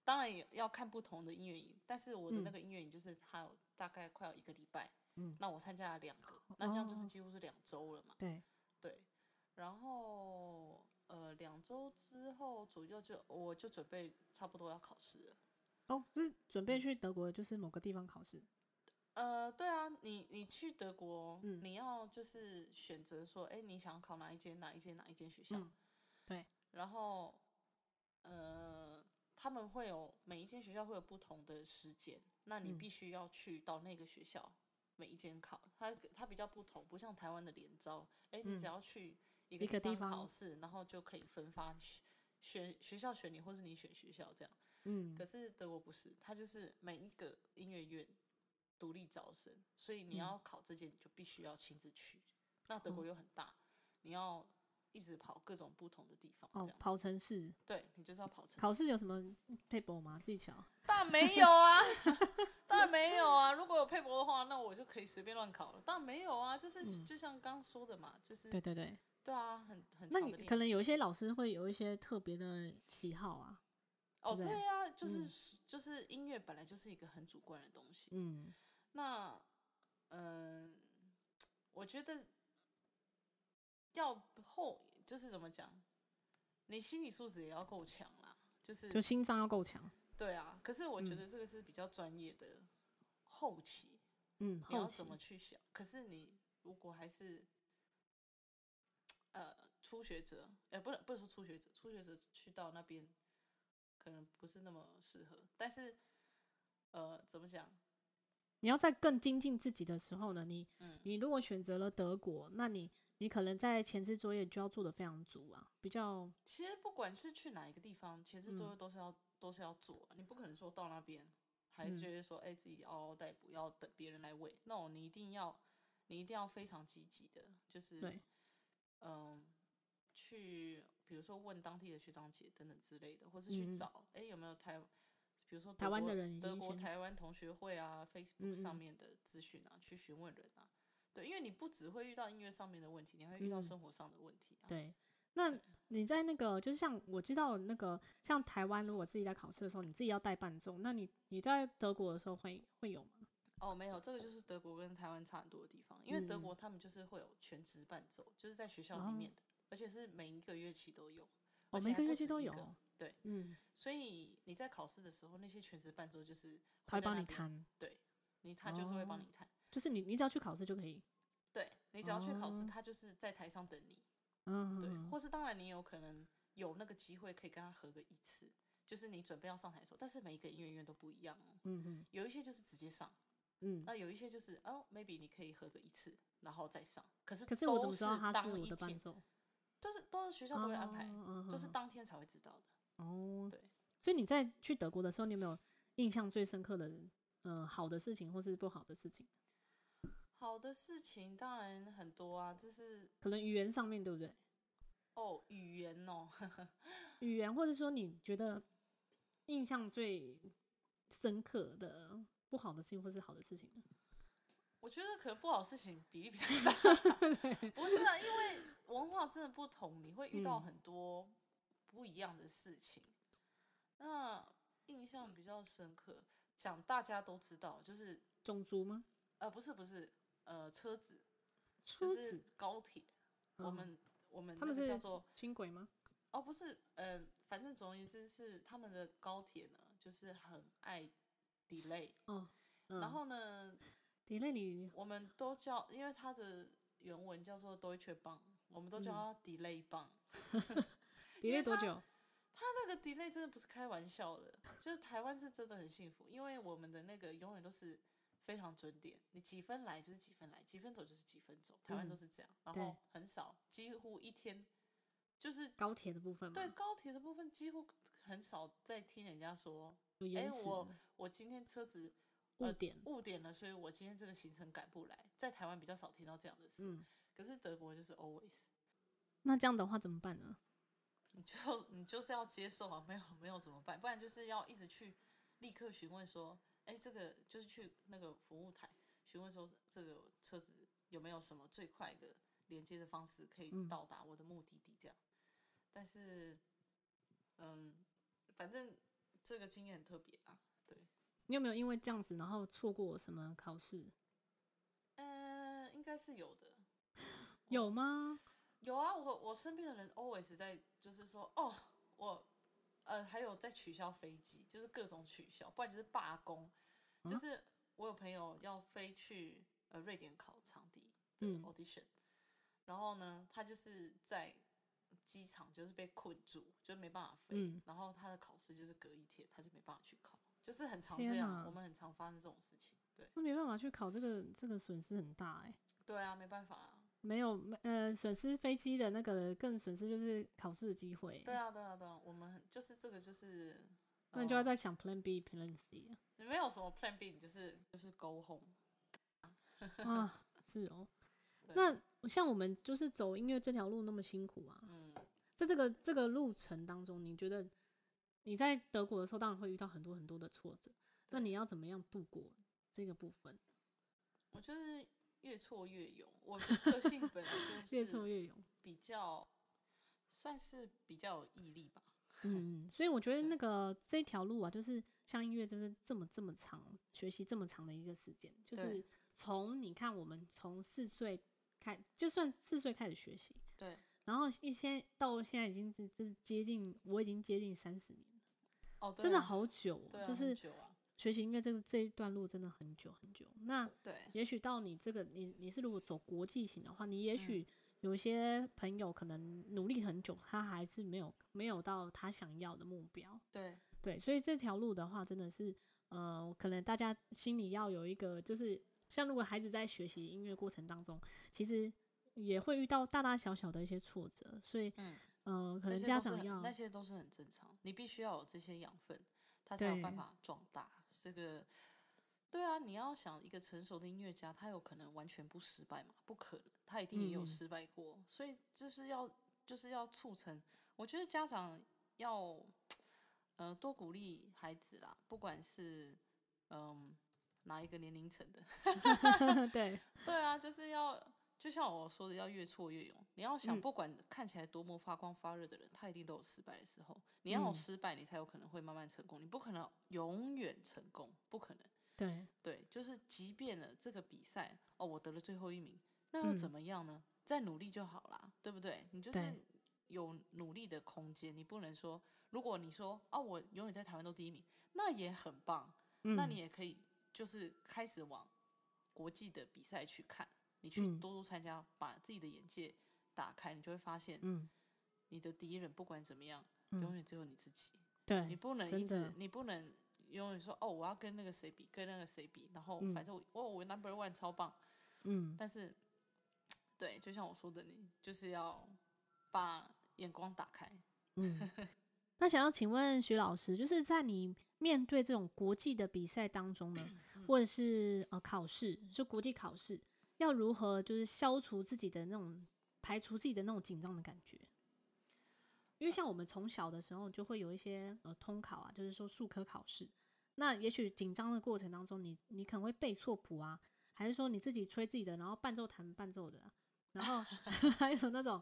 Speaker 2: 当然也要看不同的音乐营，但是我的那
Speaker 1: 嗯
Speaker 2: 个音乐营就是它有大概快有一个礼拜，
Speaker 1: 嗯
Speaker 2: 那我参加了两个，那这样就是
Speaker 1: 哦
Speaker 2: 几乎是两周了嘛，
Speaker 1: 对，
Speaker 2: 对。然后呃，两周之后左右就我就准备差不多要考试了。
Speaker 1: 哦，是准
Speaker 2: 嗯
Speaker 1: 备去德国，就是某个地方考试，
Speaker 2: 呃，对啊，你你去德国，
Speaker 1: 嗯
Speaker 2: 你要就是选择说，哎，你想考哪一间哪一间哪一间学校？
Speaker 1: 嗯对，
Speaker 2: 然后呃，他们会有每一间学校会有不同的时间，那你
Speaker 1: 嗯
Speaker 2: 必须要去到那个学校每一间考，它它比较不同，不像台湾的联招，哎，你只
Speaker 1: 嗯
Speaker 2: 要去一
Speaker 1: 一个
Speaker 2: 个
Speaker 1: 地
Speaker 2: 方考
Speaker 1: 方
Speaker 2: 试，然后就可以分发选选学校选你，或是你选学校这样。
Speaker 1: 嗯
Speaker 2: 可是德国不是，它就是每一个音乐院独立招生，所以你
Speaker 1: 嗯哦
Speaker 2: 要考这届，你就必须要亲自去。那德国又很大，你要一直跑各种不同的地方，这
Speaker 1: 哦
Speaker 2: 样，
Speaker 1: 跑
Speaker 2: 子
Speaker 1: 城市，
Speaker 2: 对你就是要跑城
Speaker 1: 考
Speaker 2: 市，
Speaker 1: 试有什么 paper 吗？技巧？
Speaker 2: 当然没有啊， 当然没有啊。如果有佩博的话，那我就可以随便乱考了。当然没有啊，就是、
Speaker 1: 嗯
Speaker 2: 就像刚刚说的嘛，就是
Speaker 1: 对对对，
Speaker 2: 对啊，很嗯很
Speaker 1: 那
Speaker 2: 长
Speaker 1: 你
Speaker 2: 的练
Speaker 1: 可能有一
Speaker 2: 习
Speaker 1: 些老师会有一些特别的喜好啊，
Speaker 2: 哦，
Speaker 1: 对不对
Speaker 2: 对啊，就是、
Speaker 1: 嗯
Speaker 2: 就是音乐本来就是一个很主观的东西，
Speaker 1: 嗯
Speaker 2: 那，嗯、我觉得要后就是怎么讲，你心理素质也要够强啦。就是，
Speaker 1: 就心脏要够强，
Speaker 2: 对啊，可是我觉
Speaker 1: 嗯
Speaker 2: 得这个是比较专业的后期，
Speaker 1: 嗯，
Speaker 2: 你要
Speaker 1: 后期
Speaker 2: 怎么去想？可是你如果还是呃初学者，呃，不能不能说初学者，初学者去到那边可能不是那么适合。但是，呃，怎么讲？
Speaker 1: 你要在更精进自己的时候呢，你
Speaker 2: 嗯，
Speaker 1: 你如果选择了德国，那你你可能在前置作业就要做的非常足啊，比较
Speaker 2: 其实不管是去哪一个地方，前置作
Speaker 1: 嗯
Speaker 2: 业都是要、都是要做啊，你不可能说到那边还
Speaker 1: 嗯
Speaker 2: 是觉得说，哎、自己嗷嗷待哺，要等别人来喂。那、no, 你一定要，你一定要非常积极的，就是
Speaker 1: 对，
Speaker 2: 嗯，去比如说问当地的学长姐等等之类的，或是
Speaker 1: 嗯
Speaker 2: 去
Speaker 1: 嗯
Speaker 2: 找，哎、有没有台，比如说德
Speaker 1: 台湾的
Speaker 2: 国
Speaker 1: 人已
Speaker 2: 德
Speaker 1: 经
Speaker 2: 国
Speaker 1: 先
Speaker 2: 台湾同学会啊
Speaker 1: 嗯
Speaker 2: ，Facebook
Speaker 1: 嗯
Speaker 2: 上面的资讯啊，去询问人啊。对，因为你不只会遇到音乐上面的问题，你还会遇到
Speaker 1: 嗯
Speaker 2: 生活上的问题啊。
Speaker 1: 对，那你在那个就是像我知道那个像台湾，如果自己在考试的时候，你自己要带伴奏，那你你在德国的时候会会有吗？
Speaker 2: 哦，没有，这个就是德国跟台湾差很多的地方，因为德
Speaker 1: 嗯
Speaker 2: 国他们就是会有全职伴奏，就是在学校
Speaker 1: 哦
Speaker 2: 里面的，而且是每一个乐器都有，
Speaker 1: 我
Speaker 2: 而且
Speaker 1: 每
Speaker 2: 还
Speaker 1: 个
Speaker 2: 不
Speaker 1: 乐器
Speaker 2: 止
Speaker 1: 都
Speaker 2: 一
Speaker 1: 有
Speaker 2: 个
Speaker 1: 哦，
Speaker 2: 对，
Speaker 1: 嗯，
Speaker 2: 所以你在考试的时候，那些全职伴奏就是
Speaker 1: 他会
Speaker 2: 在
Speaker 1: 帮
Speaker 2: 那
Speaker 1: 你
Speaker 2: 边，
Speaker 1: 弹，
Speaker 2: 你他就是会帮
Speaker 1: 哦
Speaker 2: 你弹，
Speaker 1: 就是你你只要去考试就可以，
Speaker 2: 对你只要去考试，
Speaker 1: 哦
Speaker 2: 他就是在台上等你，
Speaker 1: 嗯，
Speaker 2: 对，
Speaker 1: 嗯
Speaker 2: 或是当然你有可能有那个机会可以跟他合个一次，就是你准备要上台的时候，但是每一个音乐院都不一样哦，
Speaker 1: 嗯嗯
Speaker 2: 有一些就是直接上，
Speaker 1: 嗯，
Speaker 2: 那有一些就是哦，maybe 你可以合个一次，然后再上，可是
Speaker 1: 可是
Speaker 2: 都
Speaker 1: 我怎么知道他
Speaker 2: 当
Speaker 1: 是我
Speaker 2: 一
Speaker 1: 的伴
Speaker 2: 天
Speaker 1: 奏？
Speaker 2: 就是都是学校都会安排，
Speaker 1: 哦
Speaker 2: 就是
Speaker 1: 嗯
Speaker 2: 当天才会知道的。
Speaker 1: 哦，
Speaker 2: 对。
Speaker 1: 所以你在去德国的时候，你有没有印象最深刻的，嗯、好的事情或是不好的事情？
Speaker 2: 好的事情当然很多啊，就是
Speaker 1: 可能语言上面对不对？
Speaker 2: 哦语言哦，
Speaker 1: 语言，或者说你觉得印象最深刻的不好的事情，或是好的事情呢？
Speaker 2: 我觉得可能不好的事情比例比较 大，不是啊，因为文化真的不同，你会遇到
Speaker 1: 嗯
Speaker 2: 很多不一样的事情。那印象比较深刻，讲大家都知道，就是
Speaker 1: 种族吗？
Speaker 2: 呃不是不是呃车子
Speaker 1: 车
Speaker 2: 就
Speaker 1: 子
Speaker 2: 是？高铁，我
Speaker 1: 嗯
Speaker 2: 们我们
Speaker 1: 他
Speaker 2: 那
Speaker 1: 们
Speaker 2: 个叫
Speaker 1: 是
Speaker 2: 做
Speaker 1: 轻轨吗？
Speaker 2: 哦，不是，呃，反正总而言之是他们的高铁呢，就是很爱 delay，、
Speaker 1: 哦，嗯、
Speaker 2: 然后呢，
Speaker 1: 迪类你
Speaker 2: 我们都叫，因为它的原文叫做 Deutsche Bahn，我们都叫
Speaker 1: 嗯
Speaker 2: 它 delay Bahn、
Speaker 1: 迪
Speaker 2: 为
Speaker 1: 类多
Speaker 2: 他
Speaker 1: 久？
Speaker 2: 它那个 delay 真的不是开玩笑的，就是台湾是真的很幸福，因为我们的那个永远都是非常准点，你几分来就是几分来，几分走就是几分走，台湾都
Speaker 1: 嗯
Speaker 2: 是这样，然
Speaker 1: 对
Speaker 2: 后很少，几乎一天就是
Speaker 1: 高铁的部分吗？
Speaker 2: 对，高铁的部分几乎很少再听人家说，
Speaker 1: 有
Speaker 2: 哎、
Speaker 1: 延迟
Speaker 2: 我我今天车子
Speaker 1: 误
Speaker 2: 呃
Speaker 1: 点。
Speaker 2: 误点了，所以我今天这个行程赶不来。在台湾比较少听到这样的事，
Speaker 1: 嗯，
Speaker 2: 可是德国就是 always，
Speaker 1: 那这样的话怎么办呢？
Speaker 2: 你就你就是要接受啊，没有没有怎么办？不然就是要一直去立刻询问说，哎、这个就是去那个服务台询问说，这个车子有没有什么最快的连接的方式可以
Speaker 1: 嗯
Speaker 2: 到达我的目的地这样。但是，嗯，反正这个经验很特别啊。
Speaker 1: 你有没有因为这样子，然后错过什么考试？
Speaker 2: 嗯、应该是有的。
Speaker 1: 有吗？
Speaker 2: 有啊，我我身边的人 always 在就是说，哦，我呃还有在取消飞机，就是各种取消，不然就是罢工。就
Speaker 1: 啊
Speaker 2: 是我有朋友要飞去呃瑞典考场地的
Speaker 1: 嗯
Speaker 2: audition，、然后呢，他就是在机场就是被困住，就没办法飞，
Speaker 1: 嗯
Speaker 2: 然后他的考试就是隔一天，他就没办法去考，就是很常
Speaker 1: 天
Speaker 2: 这
Speaker 1: 哪
Speaker 2: 样，我们很常发生这种事情。对，
Speaker 1: 那没办法去考这个，这个损失很大哎、
Speaker 2: 对啊，没办法啊。
Speaker 1: 没有，没呃，损失飞机的那个更损失就是考试的机会。
Speaker 2: 对，啊，对啊，对啊，我们很就是这个就是，
Speaker 1: 那你就要
Speaker 2: 呃
Speaker 1: 再想 Plan B、Plan C
Speaker 2: 你没有什么 plan B，你就是就是 go home。
Speaker 1: 啊啊，是哦。
Speaker 2: 对
Speaker 1: 那像我们就是走音乐这条路那么辛苦啊，
Speaker 2: 嗯，
Speaker 1: 在这个这个路程当中，你觉得你在德国的时候，当然会遇到很多很多的挫折，那你要怎么样度过这个部分？
Speaker 2: 我就是越挫越勇，我的个性本来就
Speaker 1: 越挫
Speaker 2: 是
Speaker 1: 越勇。
Speaker 2: 比较算是比较有毅力吧。
Speaker 1: 嗯，所以我觉得那个这条路啊，就是像音乐，就是这么这么长，学习这么长的一个时间，就
Speaker 2: 对
Speaker 1: 是从你看我们从四岁开，就算四岁开始学习，
Speaker 2: 对，
Speaker 1: 然后一些到现在已经是是接近，我已经接近三十年，
Speaker 2: 哦，对
Speaker 1: 真的
Speaker 2: 啊，
Speaker 1: 好久、哦，
Speaker 2: 对啊，
Speaker 1: 就
Speaker 2: 很
Speaker 1: 是
Speaker 2: 久啊，
Speaker 1: 学习音乐这个这一段路真的很久很久。那
Speaker 2: 对，
Speaker 1: 也许到你这个你你是如果走国际型的话，你也
Speaker 2: 嗯
Speaker 1: 许有些朋友可能努力很久，他还是没有没有到他想要的目标。
Speaker 2: 对，
Speaker 1: 对，所以这条路的话，真的是，呃，可能大家心里要有一个，就是像如果孩子在学习音乐过程当中，其实也会遇到大大小小的一些挫折，所以，
Speaker 2: 嗯，
Speaker 1: 呃，可
Speaker 2: 那
Speaker 1: 能
Speaker 2: 些
Speaker 1: 家
Speaker 2: 都是
Speaker 1: 长
Speaker 2: 很
Speaker 1: 要
Speaker 2: 那些都是很正常，你必须要有这些养分，它才有办
Speaker 1: 对
Speaker 2: 法壮大。这个，对啊，你要想一个成熟的音乐家，他有可能完全不失败嘛？不可能，他一定也
Speaker 1: 嗯
Speaker 2: 有失败过，所以就是要就是要促成。我觉得家长要呃，多鼓励孩子啦，不管是嗯、哪一个年龄层的，
Speaker 1: 对，
Speaker 2: 对啊，就是要就像我说的，要越挫越勇。你要想，
Speaker 1: 嗯
Speaker 2: 不管看起来多么发光发热的人，他一定都有失败的时候。你要有
Speaker 1: 嗯
Speaker 2: 失败，你才有可能会慢慢成功。你不可能永远成功，不可能。
Speaker 1: 对，
Speaker 2: 对，就是即便了这个比赛，哦，我得了最后一名，那又怎
Speaker 1: 嗯
Speaker 2: 么样呢？再努力就好啦，对不对？你就
Speaker 1: 对
Speaker 2: 是有努力的空间，你不能说，如果你说，哦，我永远在台湾都第一名，那也很棒，
Speaker 1: 嗯，
Speaker 2: 那你也可以就是开始往国际的比赛去看，你去
Speaker 1: 嗯
Speaker 2: 多多参加，把自己的眼界打开，你就会发现
Speaker 1: 嗯
Speaker 2: 你的敌人不管怎么样，永
Speaker 1: 嗯，
Speaker 2: 远只有你自己。你
Speaker 1: 对，
Speaker 2: 不能
Speaker 1: 真
Speaker 2: 一
Speaker 1: 的
Speaker 2: 直，你不能永远说哦，我要跟那个谁比，跟那个谁比，然后
Speaker 1: 嗯
Speaker 2: 反正我、哦，我 number one 超棒，
Speaker 1: 嗯
Speaker 2: 但是对，就像我说的，你就是要把眼光打开。
Speaker 1: 嗯。那想要请问徐老师，就是在你面对这种国际的比赛当中呢，或者是呃考试，就国际考试，要如何就是消除自己的那种排除自己的那种紧张的感觉？因为像我们从小的时候就会有一些呃通考啊，就是说数科考试，那也许紧张的过程当中你，你可能会背错谱啊，还是说你自己吹自己的，然后伴奏弹伴奏的啊、然后 还有那种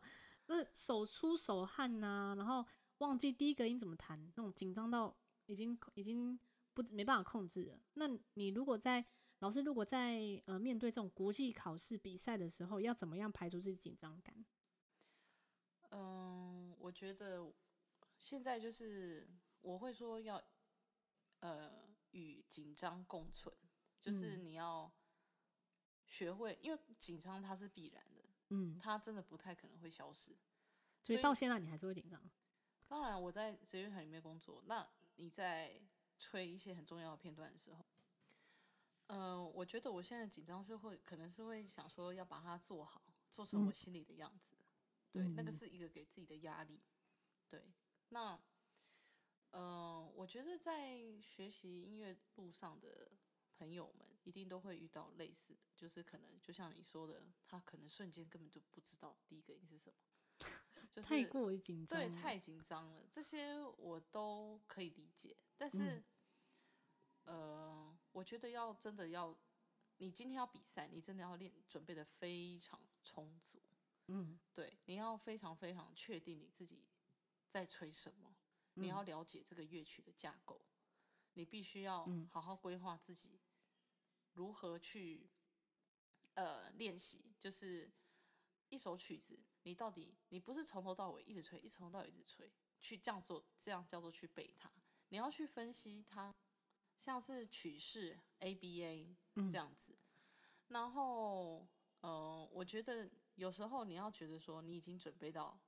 Speaker 1: 那手出手汗呐、然后忘记第一个音怎么弹，那种紧张到已经已经不没办法控制了。那你如果在老师如果在呃面对这种国际考试比赛的时候，要怎么样排除自己紧张感？
Speaker 2: 嗯，我觉得现在就是我会说要呃与紧张共存，就是
Speaker 1: 嗯
Speaker 2: 你要学会，因为紧张它是必然的，
Speaker 1: 嗯，
Speaker 2: 它真的不太可能会消失。
Speaker 1: 所
Speaker 2: 所
Speaker 1: 以
Speaker 2: 以
Speaker 1: 到现在你还是会紧张。
Speaker 2: 当然，我在职业乐团里面工作，那你在吹一些很重要的片段的时候，呃，我觉得我现在紧张是会，可能是会想说要把它做好，做成我
Speaker 1: 嗯
Speaker 2: 心里的样子。对，那个
Speaker 1: 嗯
Speaker 2: 是一个给自己的压力。对，那呃，我觉得在学习音乐路上的朋友们，一定都会遇到类似的，就是可能就像你说的，他可能瞬间根本就不知道第一个音是什么， 就是
Speaker 1: 太过于紧张了，
Speaker 2: 对，太紧张了，这些我都可以理解。但是，
Speaker 1: 嗯
Speaker 2: 呃，我觉得要真的要，你今天要比赛，你真的要练，准备的非常充足。
Speaker 1: 嗯，
Speaker 2: 对，你要非常非常确定你自己在吹什么，
Speaker 1: 嗯
Speaker 2: 你要了解这个乐曲的架构，你必须要
Speaker 1: 嗯
Speaker 2: 好好规划自己如何去呃练习，就是一首曲子，你到底你不是从头到尾一直吹，一直从头到尾一直吹，去这样做，这样叫做去背它，你要去分析它，像是曲式 ABA
Speaker 1: 嗯
Speaker 2: 这样子，然后呃，我觉得有时候你要觉得说你已经准备到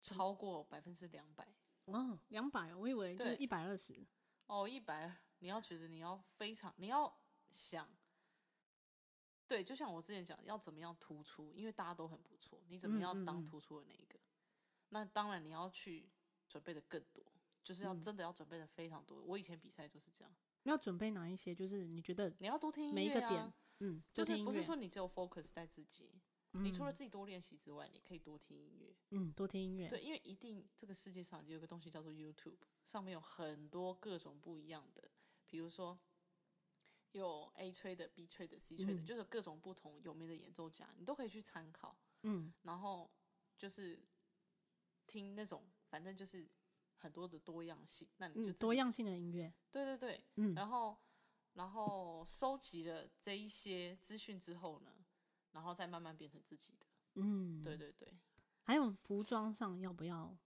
Speaker 2: 超过百分之两百
Speaker 1: 哦，两百，我以为就是一百二十，
Speaker 2: 哦，一百，你要觉得你要非常，你要想，对，就像我之前讲，要怎么样突出，因为大家都很不错，你怎么
Speaker 1: 嗯
Speaker 2: 样
Speaker 1: 嗯
Speaker 2: 当
Speaker 1: 嗯
Speaker 2: 突出的那一个？那当然你要去准备的更多，就是要
Speaker 1: 嗯
Speaker 2: 真的要准备的非常多。我以前比赛就是这样，
Speaker 1: 要准备哪一些？就是你觉得
Speaker 2: 你要多听音乐、啊，
Speaker 1: 每一个点，嗯，多
Speaker 2: 就是
Speaker 1: 听
Speaker 2: 不
Speaker 1: 音
Speaker 2: 是
Speaker 1: 乐
Speaker 2: 说你只有 focus 在自己，你除了
Speaker 1: 嗯
Speaker 2: 自己多练习之外，你可以多听音乐。
Speaker 1: 嗯多听音乐，
Speaker 2: 对，因为一定这个世界上有个东西叫做 YouTube，上面有很多各种不一样的，比如说有 A 吹的、B 吹的、C 吹的，
Speaker 1: 嗯
Speaker 2: 就是各种不同有名的演奏家，你都可以去参考。
Speaker 1: 嗯
Speaker 2: 然后就是听那种，反正就是很多的多样性，那你就
Speaker 1: 嗯
Speaker 2: 自
Speaker 1: 多
Speaker 2: 己。
Speaker 1: 样性的音乐，
Speaker 2: 对对对，
Speaker 1: 嗯
Speaker 2: 然后然后收集了这一些资讯之后呢，然后再慢慢变成自己的。
Speaker 1: 嗯，
Speaker 2: 对对对。
Speaker 1: 还有服装上要不要？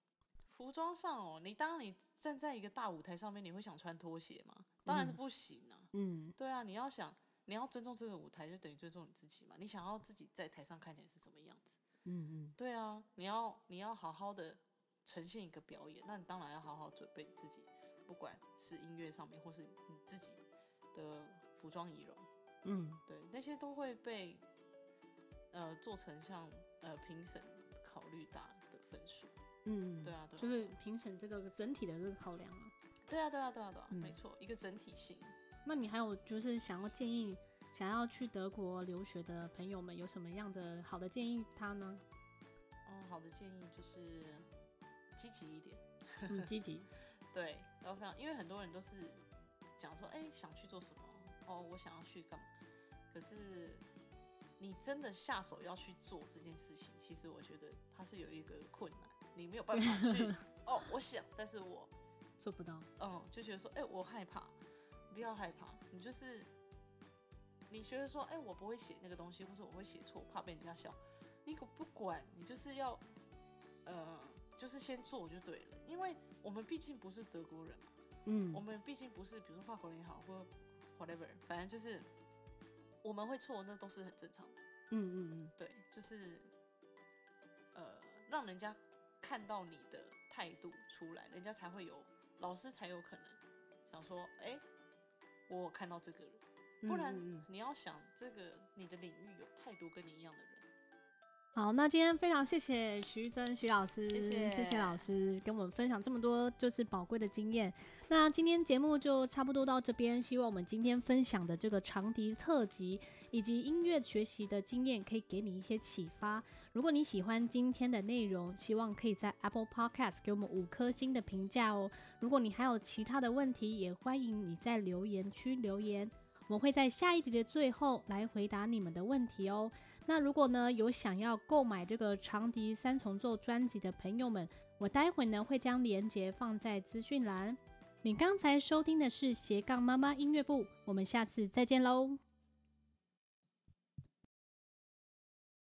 Speaker 2: 服装上哦，你当你站在一个大舞台上面，你会想穿拖鞋吗？当然是
Speaker 1: 嗯
Speaker 2: 不行啊。
Speaker 1: 嗯
Speaker 2: 对啊，你要想，你要尊重这个舞台，就等于尊重你自己嘛。你想要自己在台上看起来是什么样子？
Speaker 1: 嗯
Speaker 2: 对啊，你要你要好好的呈现一个表演，那你当然要好好准备你自己，不管是音乐上面，或是你自己的服装仪容，
Speaker 1: 嗯嗯，
Speaker 2: 对，那些都会被呃做成像呃评审考虑打的分数。
Speaker 1: 嗯，
Speaker 2: 对啊，对啊，
Speaker 1: 就是
Speaker 2: 对啊
Speaker 1: 评审这个整体的这个考量啊。
Speaker 2: 对啊，对啊，对啊，对啊，没
Speaker 1: 嗯
Speaker 2: 错，一个整体性。
Speaker 1: 那你还有就是想要建议想要去德国留学的朋友们有什么样的好的建议他呢？
Speaker 2: 哦嗯，好的建议就是积极一点，
Speaker 1: 嗯，积极，
Speaker 2: 对，然后非常，因为很多人都是讲说，哎、想去做什么，哦，我想要去干嘛，可是你真的下手要去做这件事情，其实我觉得它是有一个困难，你没有办法去，哦，我想，但是我
Speaker 1: 做不到。
Speaker 2: 嗯，就觉得说，哎、我害怕，不要害怕，你就是，你觉得说，哎、我不会写那个东西，或者我会写错，怕被人家笑，你可不管，你就是要，呃，就是先做就对了，因为我们毕竟不是德国人嘛，
Speaker 1: 嗯
Speaker 2: 我们毕竟不是比如说法国人也好，或 whatever，反正就是我们会错，那都是很正常的，
Speaker 1: 嗯嗯
Speaker 2: 对，就是，呃，让人家看到你的态度出来，人家才会有，老师才有可能想说，哎、我有看到这个人，
Speaker 1: 嗯，
Speaker 2: 不然
Speaker 1: 嗯嗯嗯
Speaker 2: 你要想这个你的领域有太多跟你一样的人，
Speaker 1: 好，那今天非常谢谢徐真徐老师，
Speaker 2: 谢谢
Speaker 1: 谢老师跟我们分享这么多就是宝贵的经验。那今天节目就差不多到这边，希望我们今天分享的这个长笛特辑以及音乐学习的经验，可以给你一些启发。如果你喜欢今天的内容，希望可以在 Apple Podcast 给我们五颗星的评价哦。如果你还有其他的问题，也欢迎你在留言区留言，我们会在下一集的最后来回答你们的问题哦。那如果呢有想要购买这个长笛三重奏专辑的朋友们，我待会呢会将链接放在资讯栏。你刚才收听的是斜杠妈妈音乐部，我们下次再见喽。